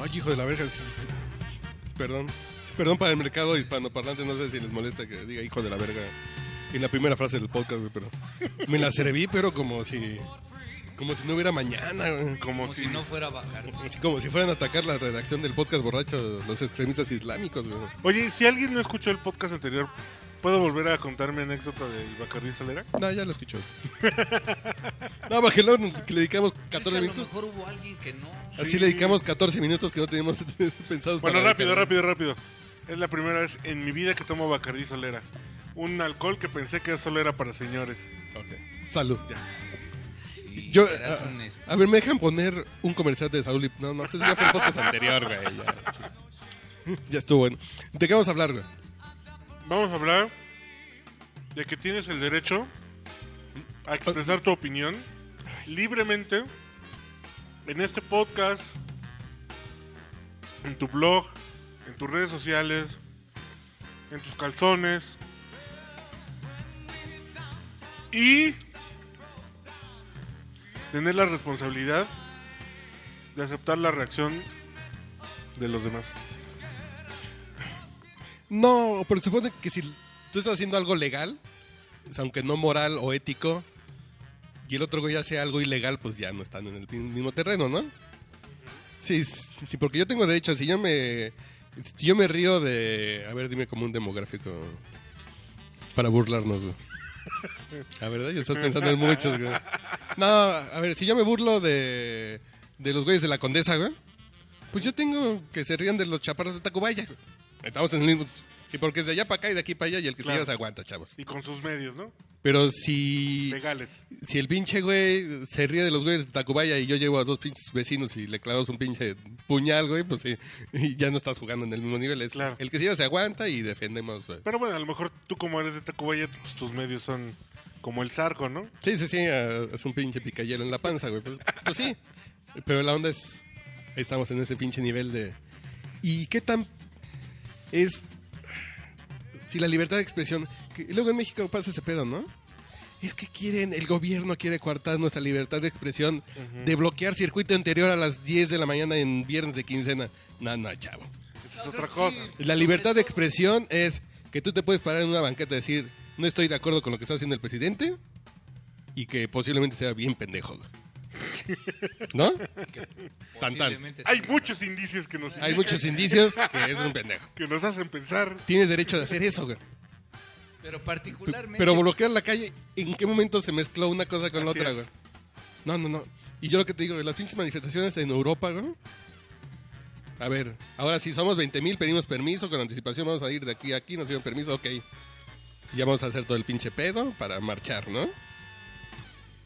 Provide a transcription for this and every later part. Ay, hijo de la verga. Perdón. Perdón para el mercado hispanoparlante, no sé si les molesta que diga hijo de la verga en la primera frase del podcast, güey, pero me la serví, pero como si como si no hubiera mañana, güey. Como, Como si no fuera a bajar. Así como si fueran a atacar la redacción del podcast borracho los extremistas islámicos, güey. Oye, si alguien no escuchó el podcast anterior, ¿puedo volver a contar mi anécdota del Bacardí Solera? No, ya lo escuchó. No, porque luego nos- que le dedicamos Es que 14 a lo minutos. mejor hubo alguien que no. Así le dedicamos 14 minutos que no teníamos pensados Bueno, para rápido, dedicarle. rápido, rápido. Es la primera vez en mi vida que tomo Bacardí Solera. Un alcohol que pensé que solo era para señores. Ok. Salud. Y Yo, serás ah, a- un es- a, ver, me dejan poner un comercial de Saúl. Lip- No, no, ese ya fue el podcast anterior, güey. Ya, sí. Ya estuvo bueno. ¿De qué vamos a hablar, güey? Vamos a hablar de que tienes el derecho a expresar tu opinión libremente en este podcast, en tu blog, en tus redes sociales, en tus calzones y tener la responsabilidad de aceptar la reacción de los demás. No, pero supone que si tú estás haciendo algo legal, o sea, aunque no moral o ético, y el otro güey hace algo ilegal, pues ya no están en el mismo terreno, ¿no? Sí, s- sí, porque yo tengo derecho, si yo me si yo me río de, a ver, dime como un demográfico para burlarnos, güey. A ver, ya estás pensando en muchos, güey. No, a ver, si yo me burlo de de los güeyes de la Condesa, güey, pues yo tengo que se rían de los chaparros de Tacubaya, güey. Estamos en el mismo Sí, porque es de allá para acá y de aquí para allá y el que se Claro. lleva se aguanta, chavos. Y con sus medios, ¿no? Pero si Legales. si el pinche güey se ríe de los güeyes de Tacubaya y yo llevo a dos pinches vecinos y le clavas un pinche puñal, güey, pues sí, y ya no estás jugando en el mismo nivel. Es Claro. El que se lleva se aguanta y defendemos. eh. Pero bueno, a lo mejor tú como eres de Tacubaya, pues tus medios son como el Zarco, ¿no? Sí, sí, sí, a- es un pinche picayero en la panza, güey. Pues, pues sí, pero la onda es, estamos en ese pinche nivel de... ¿Y qué tan es... Si la libertad de expresión... que luego en México pasa ese pedo, ¿no? Es que quieren, el gobierno quiere coartar nuestra libertad de expresión, de bloquear circuito interior a las 10 de la mañana en viernes de quincena. No, no, chavo. Esa es otra cosa. La libertad de expresión es que tú te puedes parar en una banqueta y decir, no estoy de acuerdo con lo que está haciendo el presidente y que posiblemente sea bien pendejo. güey. ¿No? Tan, tan. posiblemente- Hay muchos indicios que nos, Hay muchos indicios que es un pendejo. que nos hacen pensar. Tienes derecho de hacer eso, güey. Pero particularmente. Pero bloquear la calle, ¿en qué momento se mezcló una cosa con la Así otra, es. güey? No, no, no. Y yo lo que te digo, güey, las pinches manifestaciones en Europa, güey. A ver, ahora sí, somos 20 mil, pedimos permiso, con anticipación vamos a ir de aquí a aquí, nos dieron permiso, ok. Y ya vamos a hacer todo el pinche pedo para marchar, ¿no?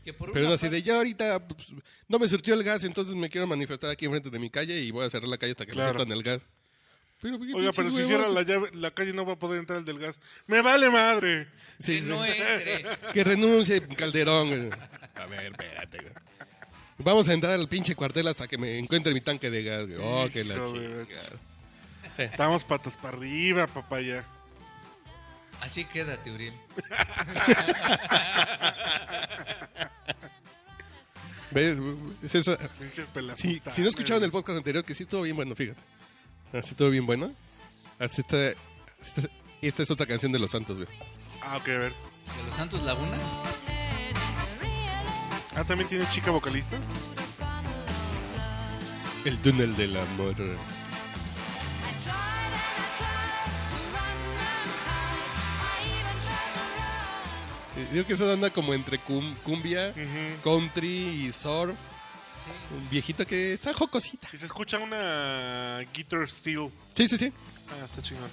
que por Pero una no así de, yo ahorita pues, no me surtió el gas, entonces me quiero manifestar aquí enfrente de mi calle y voy a cerrar la calle hasta que Claro. me surtan el gas. Pero, ¿qué Oiga, pinches pero si huevos? cierra la llave, la calle no va a poder entrar el del gas. ¡Me vale madre! Sí, que sí. no entre. Que renuncie Calderón. güey. A ver, espérate. güey. Vamos a entrar al pinche cuartel hasta que me encuentre mi tanque de gas. güey. Oh, que la Hijo chingada. de Estamos patas para arriba, papaya. Así quédate, Uriel. ¿Ves? güey? Es esa- Pinches Si, pelaputas. si no escucharon el podcast anterior, que sí estuvo bien bueno, fíjate. Así estuvo bien bueno. Así está- esta, esta es otra canción de Los Santos, güey. Ah, ok, a ver. De los Santos Laguna. Ah, también tiene chica vocalista. El túnel del amor. Eh, Digo que esa anda como entre cum- cumbia, Ujú. country y surf. Sí. Un viejito que está jocosita. Y se escucha una Guitar Steel. Sí, sí, sí. Ah, está chingón.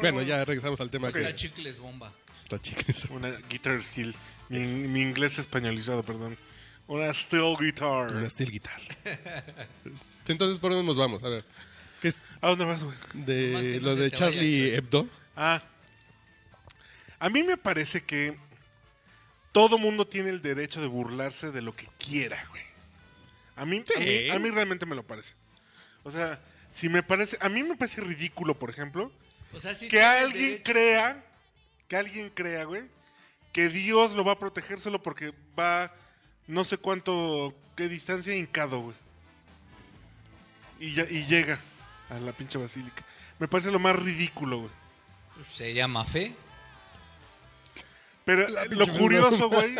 Bueno, ya regresamos al tema. La Que chicles bomba. está chica eso. Una guitar steel. Mi, mi inglés españolizado, perdón. Una steel guitar. Una steel guitar. Entonces, ¿por dónde nos vamos? A ver. ¿Qué es ¿A dónde vas, güey? de Nomás que no lo se de te Charlie Hebdo? Ah, A mí me parece que todo mundo tiene el derecho de burlarse de lo que quiera, güey. A mí, a mí, a mí realmente me lo parece. O sea, si me parece, a mí me parece ridículo, por ejemplo, O sea, sí que tiene el alguien derecho- crea, que alguien crea, güey, que Dios lo va a proteger solo porque va no sé cuánto, qué distancia hincado, güey. Y, ya- y llega a la pinche basílica. Me parece lo más ridículo, güey. pues, se llama fe. Pero La eh, lo pinche curioso, güey,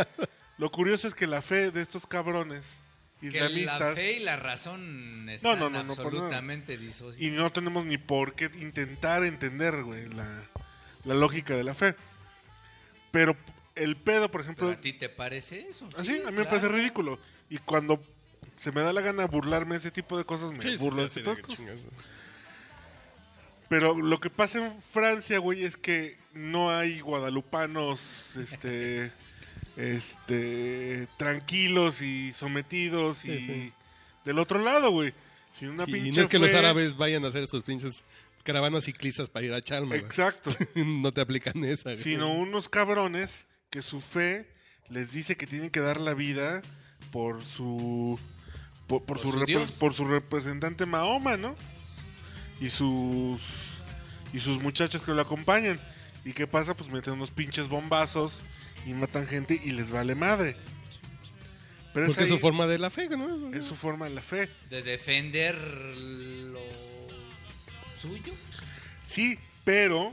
lo curioso es que la fe de estos cabrones Que la islamistas fe y la razón están no, no, no, por nada. absolutamente disociadas. y no tenemos ni por qué intentar entender, güey, la, la lógica de la fe. Pero el pedo, por ejemplo, Pero a ti te parece eso. así Sí, pues Ah, a mí me claro. parece ridículo. Y cuando se me da la gana burlarme de ese tipo de cosas, me Sí, sí, burlo de sí, ese sí, tipo de de que cosas. chingas. Pero lo que pasa en Francia, güey, es que no hay guadalupanos, este, este, tranquilos y sometidos y Sí, sí. del otro lado, güey. Sin una Sí, pinche y no es que los fe- árabes vayan a hacer sus pinches caravanas ciclistas para ir a Chalma. güey. Exacto. no te aplican esa. güey. sino unos cabrones que su fe les dice que tienen que dar la vida por su por, por Por su, su repre- Dios. por su representante Mahoma, ¿no? Y sus y sus muchachos que lo acompañan. ¿Y qué pasa? Pues meten unos pinches bombazos y matan gente y les vale madre. Pero es, Porque es ahí- su forma de la fe, ¿no? es su forma de la fe. De defender lo suyo. Sí, pero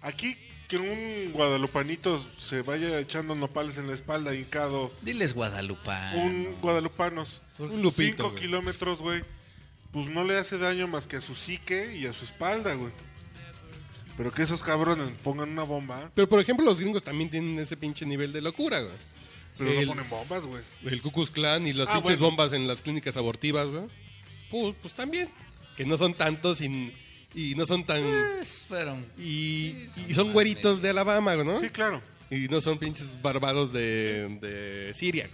aquí que un guadalupanito se vaya echando nopales en la espalda, hincado Diles Guadalupano. un guadalupanos. Un lupito, 5 güey. kilómetros, güey. Pues no le hace daño más que a su psique y a su espalda, güey. Pero que esos cabrones pongan una bomba, Pero por ejemplo, los gringos también tienen ese pinche nivel de locura, güey. pero El- no ponen bombas, güey. El Ku Klux Klan y las Ah, pinches bueno. bombas en las clínicas abortivas, güey. Pues, pues también. Que no son tantos y, y no son tan. Pues, fueron. Y, y son güeritos de Alabama, güey, ¿no? Sí, claro. Y no son pinches barbados de, de Siria.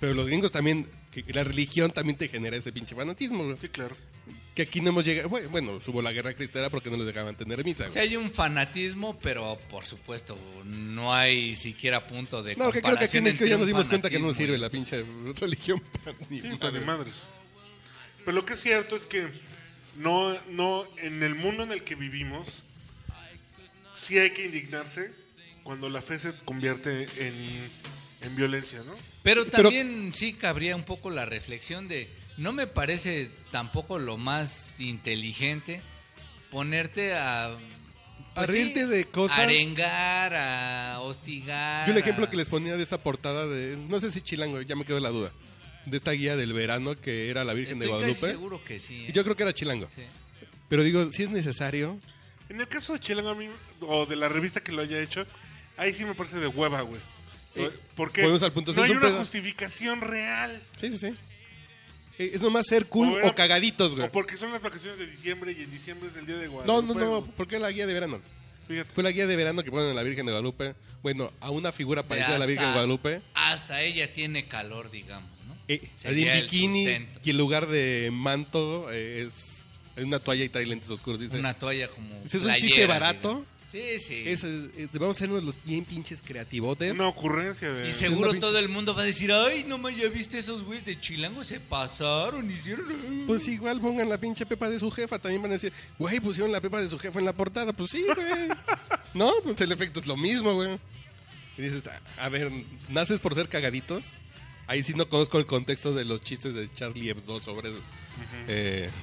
Pero los gringos también, que la religión también te genera ese pinche fanatismo, güey. Sí, claro. Que aquí no hemos llegado. Bueno, bueno, hubo la guerra cristera porque no les dejaban tener misa, Sí güey. hay un fanatismo, pero por supuesto no hay siquiera punto de No, porque creo que aquí en comparación México ya entre nos un dimos cuenta que no nos fanatismo sirve y- la pinche religión para ni Sí, madre. ni madres. Pero lo que es cierto es que no, no, en el mundo en el que vivimos, sí hay que indignarse cuando la fe se convierte en, en violencia, ¿no? Pero Pero- también sí cabría un poco la reflexión de, no me parece tampoco lo más inteligente ponerte a... pues A reírte de cosas. Arengar, a hostigar. Yo el ejemplo a- que les ponía de esta portada de, no sé si chilango, ya me quedó la duda, de esta guía del verano que era la Virgen de Estoy casi Guadalupe. seguro que sí. ¿eh? Y Yo creo que era chilango. Sí. Pero digo, si es necesario, En el caso de Chilango, a mí, o de la revista que lo haya hecho, ahí sí me parece de hueva, güey. Eh, Porque volvemos al punto, no es hay un una pedo. justificación real. sí, sí, sí. Eh, Es nomás ser cool O o, era- cagaditos, Pues, güey. O porque son las vacaciones de diciembre y en diciembre es el día de No, Guadalupe. no, no, güey. ¿por qué la guía de verano? Fíjate. Fue la guía de verano que ponen a la Virgen de Guadalupe, bueno, a una figura parecida a la Hasta- Virgen de Guadalupe, Hasta ella tiene calor, digamos, ¿no? eh, Sería en el bikini, sustento. y en lugar de manto eh, es hay una toalla y trae lentes oscuros. Dice, Una toalla como. Ese es un playera, chiste barato. digamos. Sí, sí. es, eh, vamos a ser uno de los bien pinches creativotes. Una ocurrencia de. Y seguro pinche- todo el mundo va a decir: Ay, no me ya viste esos güeyes de chilango, se pasaron, hicieron. Pues igual pongan la pinche pepa de su jefa. También van a decir, güey, pusieron la pepa de su jefa en la portada. Pues sí, güey. no, pues el efecto es lo mismo, güey. Y dices, "Ah, a ver, ¿naces por ser cagaditos? Ahí sí no conozco el contexto de los chistes de Charlie Hebdo sobre... eh,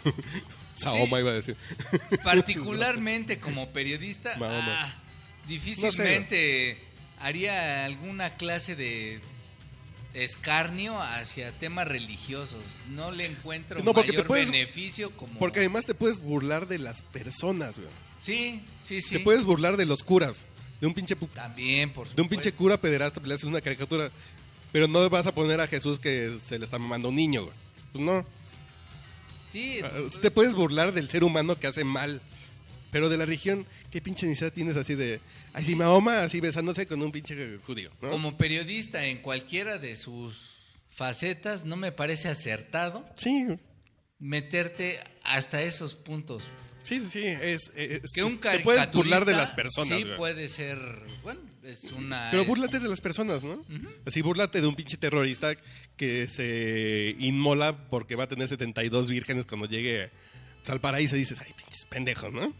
Saoma Sí. iba a decir. Particularmente como periodista, Mahoma. ah, difícilmente haría alguna clase de escarnio hacia temas religiosos. No le encuentro No, porque te mayor puedes- beneficio como. Porque además te puedes burlar de las personas, güey. Sí, sí, sí. Te puedes burlar de los curas. De un pinche pu- También, por supuesto. de un pinche cura pederasta, le haces una caricatura. Pero no vas a poner a Jesús que se le está mamando un niño, güey. Pues no. Sí, Ah, Te puedes burlar del ser humano que hace mal. Pero de la religión, ¿qué pinche necesidad tienes así de. Así Mahoma, así besándose con un pinche judío, ¿no? como periodista en cualquiera de sus facetas, no me parece acertado Sí. meterte hasta esos puntos. Sí, sí, sí. Es, es- Que un te puedes burlar de caricaturista las personas. Sí güey. puede ser, bueno, es una... Pero búrlate de las personas, ¿no? Así, búrlate de un pinche terrorista que se inmola porque va a tener 72 vírgenes cuando llegue pues, al paraíso y dices, ay, pinches pendejos, ¿no?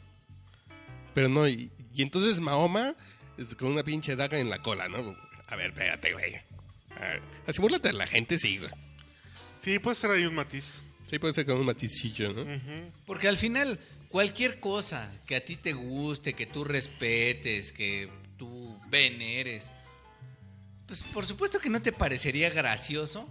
Pero no, y, y entonces Mahoma es con una pinche daga en la cola, ¿no? A ver, espérate, güey. A ver, Así, búrlate de la gente, sí, güey. Sí, puede ser ahí un matiz. Sí, puede ser con un maticillo, ¿no? Porque al final, cualquier cosa que a ti te guste, que tú respetes, que tú veneres, pues por supuesto que no te parecería gracioso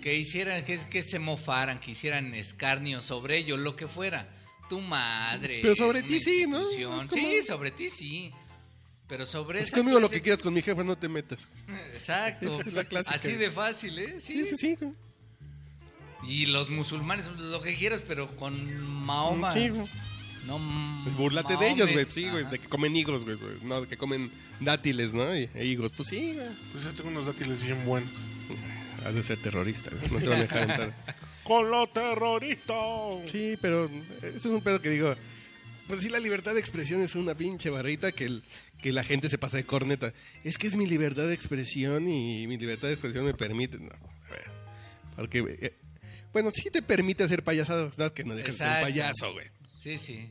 que hicieran, que, que se mofaran, que hicieran escarnio sobre ello, lo que fuera. Tu madre. Pero sobre una ti sí, ¿no? institución. Es como- Sí, sobre ti sí. Pero sobre Es esa Pues conmigo lo clase- que quieras, con mi jefa no te metas. Exacto. Esa es la clásica. Así de fácil, ¿eh? Sí, sí, sí. güey. Y los musulmanes, lo que quieras, pero con Mahoma. Sí, güey. No, Pues búrlate de ellos, güey. Sí, güey. Ajá. De que comen higos, güey. güey. No, de que comen dátiles, ¿no? Y, e higos. Pues sí, güey. Pues yo tengo unos dátiles bien buenos. Has de ser terrorista, güey. No te van a dejar entrar. ¡Con lo terrorista! Sí, pero eso es un pedo que digo. Pues sí, la libertad de expresión es una pinche barrita que, el- que la gente se pasa de corneta. Es que es mi libertad de expresión y mi libertad de expresión me permite. No, a ver. Porque, eh, bueno, sí te permite hacer payasadas, nada que no dejes de ser Exacto. payaso, güey. Sí, sí.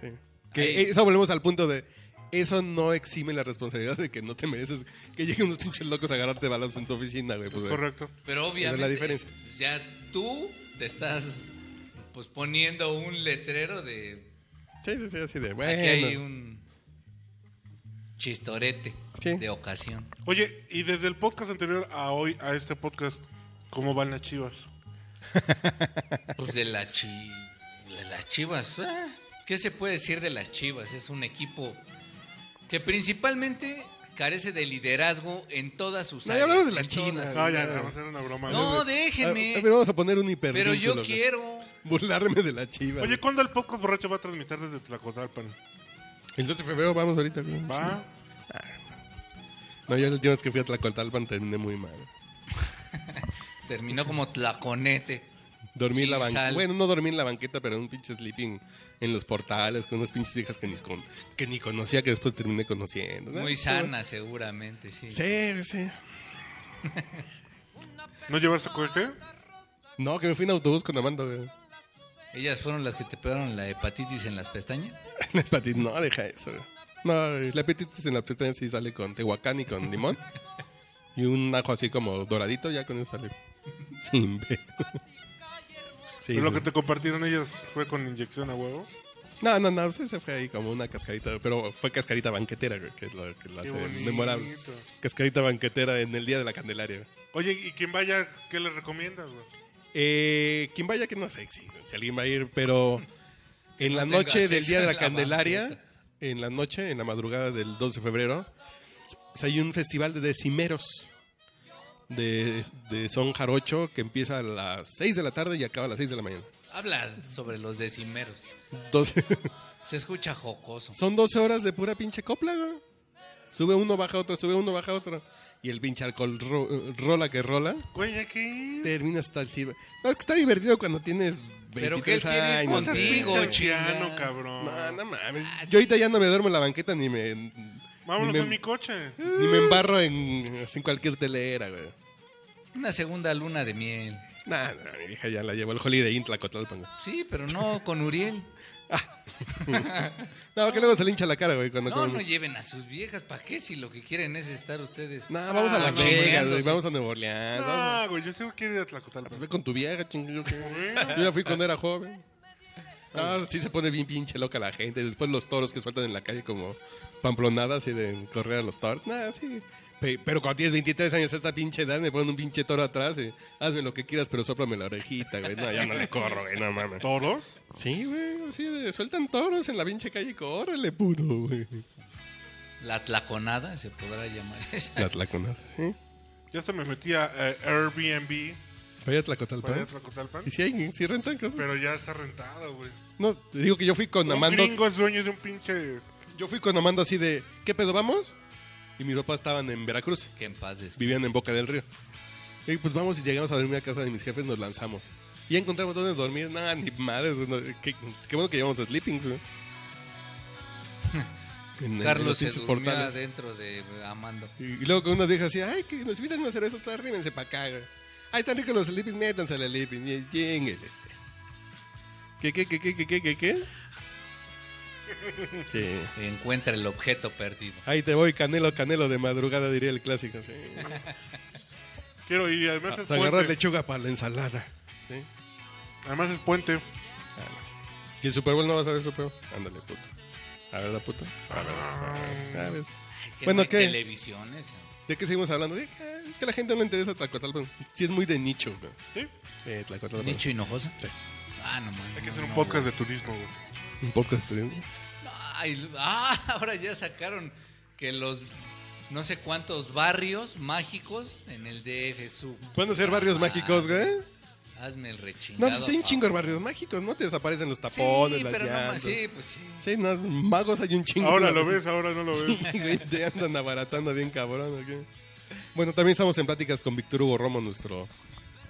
Sí. Que Ahí. eso volvemos al punto de. Eso no exime la responsabilidad de que no te mereces que lleguen unos pinches locos a agarrarte balas en tu oficina, güey. Pues, güey. Correcto. Pero es obviamente la diferencia. es- ya tú te estás pues poniendo un letrero de Sí, sí, sí, así de. aquí hay Bueno. un chistorete Sí. de ocasión. Oye, y desde el podcast anterior a hoy, a este podcast, ¿cómo van las chivas? Pues de la chi- de las Chivas. ah, ¿Qué se puede decir de las Chivas? Es un equipo que principalmente carece de liderazgo en todas sus No, ya áreas. hablamos de las en todas. chinas. No, Ah, ya, no, era una broma. No, A, déjenme. a ver, vamos a poner un hiper. Pero yo quiero. Burlarme de la chiva. Oye, Oye, ¿cuándo el podcast borracho va a transmitir desde Tlacotalpan? el 2 de febrero vamos ahorita. güey. ¿Va? No, yo la última vez que fui a Tlacotalpan terminé muy mal. Terminó como tlaconete. Dormí en Sin la banqueta. sal. Bueno, no dormí en la banqueta, pero en un pinche sleeping en los portales con unas pinches viejas que ni, con- que ni conocía, que después terminé conociendo. ¿no? Muy sana, seguramente, sí. Sí, sí. ¿No llevas a cohete? No, que me fui en autobús con Amanda, güey. ¿Ellas fueron las que te pegaron la hepatitis en las pestañas? La hepatitis, no, deja eso, güey. No, güey, la hepatitis en las pestañas sí sale con tehuacán y con limón. y un ajo así como doradito, ya con eso sale. Sin ver. Sí, Pero lo sí. que te compartieron ellas fue con inyección a huevo. No, no, no, sí, se fue ahí como una cascarita, pero fue cascarita banquetera, güey, que es lo que lo hace bonito. memorable. Cascarita banquetera en el Día de la Candelaria. güey. Oye, ¿y quien vaya, qué le recomiendas, güey? Eh, quien vaya, que no sé si, si alguien va a ir, pero en no la tenga noche del sexo Día de en la, la Candelaria, banqueta. en la noche, en la madrugada del 12 de febrero, s- hay un festival de decimeros de, de son jarocho que empieza a las 6 de la tarde y acaba a las 6 de la mañana. Habla sobre los decimeros. 12, Se escucha jocoso. son 12 horas de pura pinche copla, güey. Sube uno, baja otro, sube uno, baja otro. Y el pinche alcohol ro- rola que rola. Güey, ¿ya qué? Termina hasta el ciber. No, es que está divertido cuando tienes 23 Pero que él quiere ir años. No seas güey. contigo, pinche chinga. anciano, cabrón. No, no mames. Ah, Yo sí. ahorita ya no me duermo en la banqueta ni me. ni Vámonos me, en mi coche. ni me embarro en, así en cualquier telera, güey. Una segunda luna de miel. Nah, nah, mi vieja ya la llevo el Holiday Inn Tlacotalpan, güey. Sí, pero no con Uriel. No, que luego se le hincha la cara, güey. Cuando No, con- no lleven a sus viejas. ¿Para qué? Si lo que quieren es estar ustedes. Nah, vamos a Ah, la no, Vega, güey. chingándose. Vamos a Nueva Orleans. vamos. No, Ah, güey, yo sigo quiero ir a Pues Tlacotalpan. ve con tu vieja, chingón. Yo ya fui cuando era joven. No, sí se pone bien pinche loca la gente. Después los toros que sueltan en la calle como pamplonadas y de correr a los toros. Nah, sí. Pe- Pero cuando tienes 23 años a esta pinche edad, me ponen un pinche toro atrás y hazme lo que quieras, pero sóplame la orejita, güey. No, ya no le corro, güey, no mames. ¿Toros? Sí, güey, así de, sueltan toros en la pinche calle y córrele, puto, güey. La tlaconada se podrá llamar. La tlaconada, ¿eh? ¿sí? Ya se me metía Airbnb Vaya a Tlacotalpan. para ir a Tlacotalpan. Y si hay, si rentan cosas. Pero ya está rentado, güey. No, te digo que yo fui con Un Amando. gringo es dueño de un pinche... Yo fui con Amando así de, ¿qué pedo vamos? Y mis papás estaban en Veracruz, que en paz descanse. vivían en Boca del Río. Y pues vamos y llegamos a dormir a casa de mis jefes, nos lanzamos. ya encontramos dónde dormir. Nada, ni madres. güey, no, qué, qué bueno que llevamos a Sleepings, güey. En- en Carlos los se pinches durmió portales. adentro de eh, Amando. Y, y luego con unas viejas así, ay, que nos invitan a hacer eso, todas rímense para acá, güey. Ay, están ricos los sleeping, métanse a la sleeping, y- chinguenle. ¿Qué, qué, qué, qué, qué, qué, qué, qué? Sí. Encuentra el objeto perdido. Ahí te voy, canelo, canelo, de madrugada diría el clásico, sí. Quiero ir, y además es Hasta agarrar puente. lechuga para la ensalada. ¿sí? Además es puente. ¿Y el Super Bowl no vas a ver, Super Bowl? Ándale, puto. A ver, la puto. A ver, a ver, a ver. Que Bueno, no hay ¿qué? Televisiones. ¿De qué seguimos hablando? De que, ah, es que la gente no le interesa Tlacotalpan. Sí es muy de nicho, güey. ¿Sí? Eh, Tlacotalpan. Nicho Hinojosa. Sí. Ah, no mames. Hay que hacer no, un no, podcast güey. de turismo, güey. Un podcast. ¿sí? Ay, ah, ahora ya sacaron que los no sé cuántos barrios mágicos en el DF sub. Van a ser barrios Ah, mágicos, güey. Hazme el rechingado. No, pues hay un favor. chingo de barrios mágicos, ¿no? Te desaparecen los tapones, sí, las pero no llantas. más, sí, pues sí. Sí, no, magos hay un chingo. Ahora lo ves, ahora no lo ves. Sí, güey, te andan abaratando bien cabrón, ¿o qué? Bueno, también estamos en pláticas con Víctor Hugo Romo, nuestro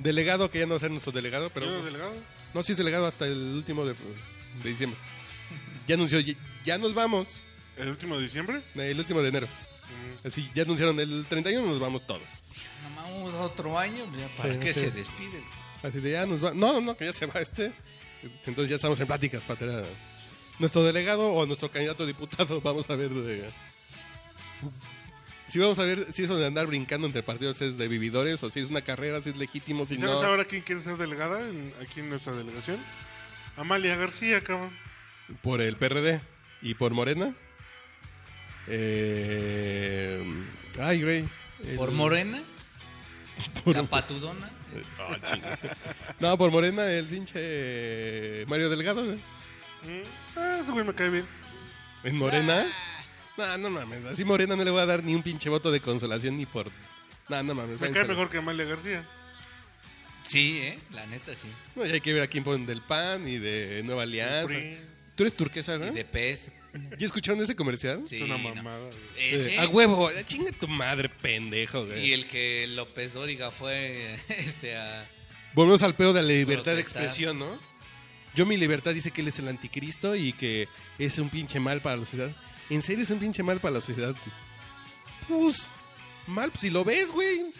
delegado, que ya no va a ser nuestro delegado, pero... Yo delgado. No, sí es delegado hasta el último de, de diciembre. Ya anunció, ya, ya nos vamos, ¿El último de diciembre? el último de enero. Así, ya anunciaron, el 31 nos vamos todos. Nomás un- otro año, pues ya, ¿para Sí, qué sí. se despide? Así de ya nos va. No, no, que ya se va este. Entonces ya estamos en pláticas para tener a nuestro delegado o a nuestro candidato a diputado. Vamos a ver. de- si vamos a ver si eso de andar brincando entre partidos es de vividores o si es una carrera, si es legítimo, si ¿Sabes no. ahora quién quiere ser delegada en- aquí en nuestra delegación? Amalia García, cabrón. Por el PRD y por Morena. Eh, ay, güey. El- ¿Por Morena? Por- ¿La patudona? Ah, chinga. no, por Morena, el pinche Mario Delgado. güey. Mm. Ah, ese güey me cae bien. ¿En Morena? Ah. No, no mames. Así Morena no le voy a dar ni un pinche voto de consolación ni por. No, no mames. Me cae váyanse. mejor que Amalia García. Sí, ¿eh? La neta, sí. No, y hay que ver a quién ponen del PAN y de Nueva Alianza. PRI. ¿Tú eres turquesa, Y güey? de pez. ¿Ya escucharon ese comercial? Sí, es una no. mamada. güey. Eh, Ese, A huevo. eh, Chinga tu madre, pendejo, güey. Y el que López Dóriga fue este a. Volvemos al pedo de la libertad de Protestar. expresión, ¿no? Yo mi libertad dice que él es el anticristo y que es un pinche mal para la sociedad. ¿En serio es un pinche mal para la sociedad? Pues, mal, pues si lo ves, güey.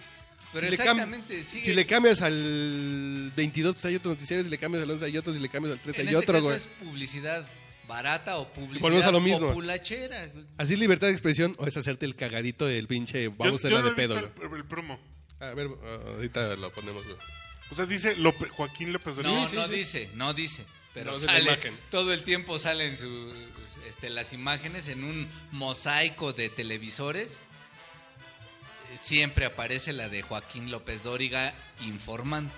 Pero Si le cam- exactamente, sigue. Si le cambias al 22 pues hay otros noticiarios, si le cambias al 11 hay otros, si le cambias al 13 en hay este otro, caso güey. es publicidad barata o Volvemos publicidad a lo mismo. populachera. güey. ¿Así es libertad de expresión o es hacerte el cagadito del pinche vamos Yo- a yo hacerla no de he pedo, visto güey? el, el promo. A ver, ahorita lo ponemos, güey. O sea, dice Lope- Joaquín López de No, Lima. no dice, no dice. Pero No, es la sale, imagen. todo el tiempo salen sus, este, las imágenes en un mosaico de televisores. Siempre aparece la de Joaquín López Dóriga informando.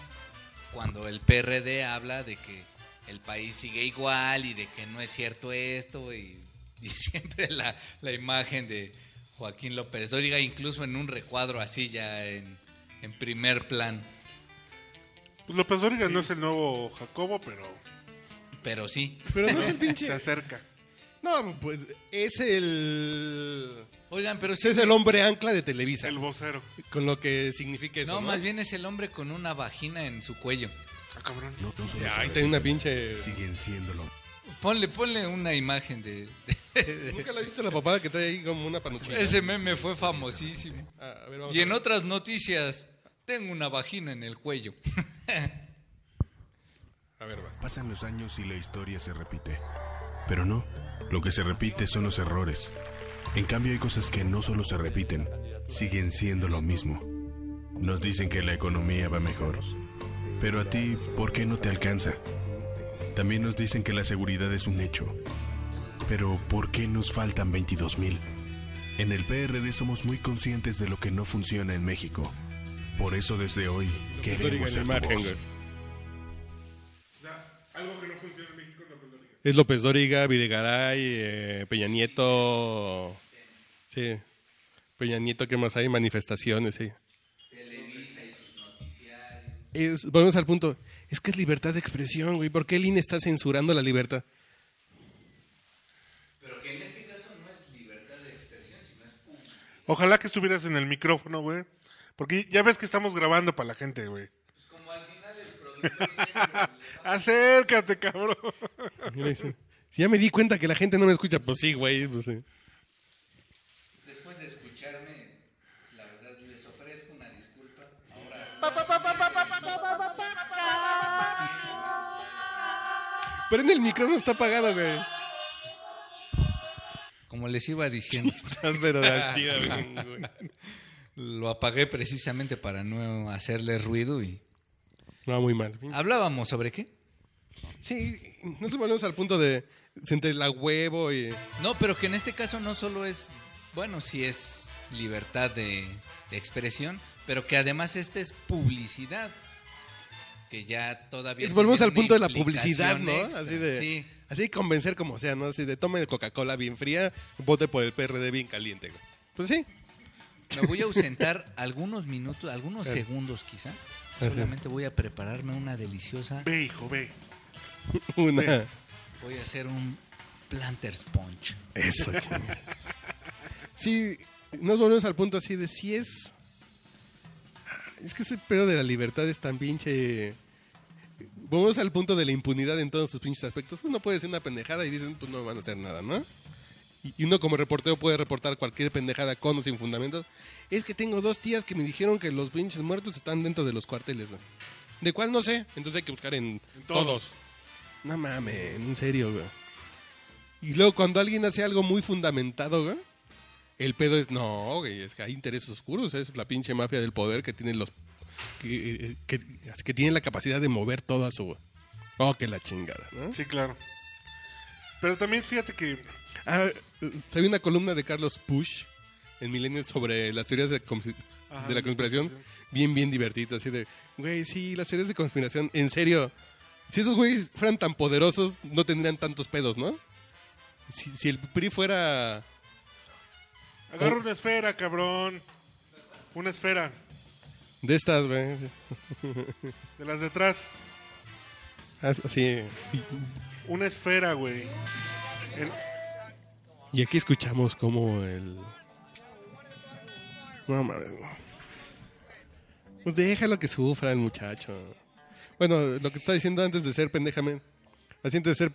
Cuando el PRD habla de que el país sigue igual y de que no es cierto esto. Y, y siempre la, la imagen de Joaquín López Dóriga, incluso en un recuadro así ya en, en primer plan. Pues López Dóriga no es el nuevo Jacobo, pero Pero sí, Pero no es el se pinche... acerca. No, pues es el... Oigan, pero sí. Es el hombre ancla de Televisa. El vocero. Con lo que significa eso. no, más bien es el hombre con una vagina en su cuello. Ah, cabrón. No, no solo Ahí saber, hay una pinche. siguen siendo lo Ponle, ponle una imagen de. Nunca la viste la papada que trae ahí como una panuchita. Ese meme fue famosísimo. Ah, a ver, vamos Y a en ver. otras noticias, tengo una vagina en el cuello. A ver, va. Pasan los años y la historia se repite. Pero no, lo que se repite son los errores. En cambio hay cosas que no solo se repiten, siguen siendo lo mismo. Nos dicen que la economía va mejor. Pero a ti, ¿por qué no te alcanza? También nos dicen que la seguridad es un hecho. Pero ¿por qué nos faltan 22 mil? En el PRD somos muy conscientes de lo que no funciona en México. Por eso desde hoy queremos Dóriga ser Pues en tu imagen, voz. güey. Ya, algo que no funciona en México es López Dóriga. Es López Dóriga, Videgaray, eh, Peña Nieto. Sí. Peña Nieto, ¿qué más hay? Manifestaciones, sí. Es- volvemos al punto. Es que es libertad de expresión, güey. ¿Por qué el INE está censurando la libertad? Ojalá que estuvieras en el micrófono, güey. Porque ya ves que estamos grabando para la gente, güey. Acércate, cabrón. Y le dice, Si ya me di cuenta que la gente no me escucha, pues sí, güey. pues sí. Después de escucharme, la verdad les ofrezco una disculpa. Ahora. Pero en el micrófono está apagado, güey. Como les iba diciendo, Estás pero la tía, güey. lo apagué precisamente para no hacerle ruido y. No, muy mal. ¿Hablábamos sobre qué? Sí, no se volvemos al punto de sentir la huevo y... No, pero que en este caso no solo es, bueno, sí es libertad de, de expresión, pero que además esta es publicidad. Que ya todavía. Es, tiene volvemos al una punto de la publicidad, ¿no? implicación extra. Así de... Sí. Así convencer como sea, ¿no? Así de tome Coca-Cola bien fría, vote por el PRD bien caliente, güey. Pues sí. Me voy a ausentar algunos minutos, Eh. algunos segundos quizá. Solamente voy a prepararme una deliciosa. Ve, hijo, ve. Una... Voy a hacer un planter sponge. Eso, chingada. Sí, nos volvemos al punto así de si es. Es que ese pedo de la libertad es tan pinche. Volvemos al punto de la impunidad en todos sus pinches aspectos. Uno puede decir una pendejada y dicen, pues no me van a hacer nada, ¿no? Y- Y uno como reportero puede reportar cualquier pendejada con o sin fundamentos. Es que tengo dos tías que me dijeron que los pinches muertos están dentro de los cuarteles, ¿no? ¿De cuál no sé? Entonces hay que buscar en, todos. todos. No mames, en serio, güey. Y luego cuando alguien hace algo muy fundamentado, güey, el pedo es, no, güey, es que hay intereses oscuros, es la pinche mafia del poder que tiene los que, que, que tiene la capacidad de mover toda su Oh, que la chingada, ¿no? Sí, claro. Pero también fíjate que Ah, eh, sabía una columna de Carlos Push en Millennium sobre las teorías de, consi- Ajá, de la de conspiración. Bien, bien divertido. Así de, güey, sí, las teorías de conspiración, en serio. Si esos güeyes fueran tan poderosos, no tendrían tantos pedos, ¿no? Si, si el PRI fuera. agarra Oh. una esfera, cabrón. Una esfera. De estas, güey. De las detrás. Así. Una esfera, güey. El- Y aquí escuchamos como el. No mames. no. Pues déjalo que sufra el muchacho. Bueno, lo que te estaba diciendo antes de ser pendejamente. Así antes de ser.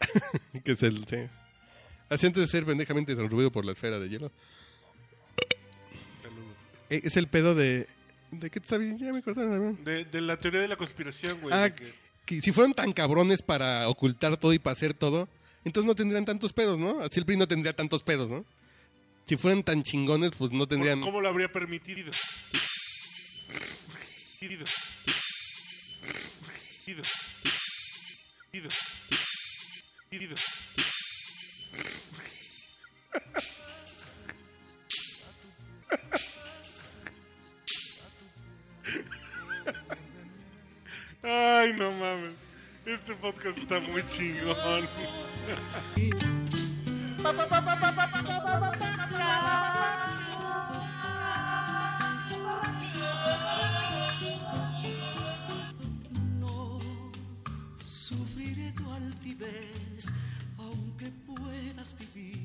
que es el. Sí. Así antes de ser pendejamente ruido por la esfera de hielo. Eh, Es el pedo de. ¿De qué te estaba diciendo? Ya me acordaron, cabrón. de, de la teoría de la conspiración, güey. Ah, de que- que si fueran tan cabrones para ocultar todo y para hacer todo, entonces no tendrían tantos pedos, ¿no? Así el PRI no tendría tantos pedos, ¿no? Si fueran tan chingones, pues no tendrían... ¿Cómo lo habría permitido? Permitido. Permitido. Permitido. Permitido. Ay, no mames. Este podcast está muy chingón. No sufriré tu altivez, aunque puedas vivir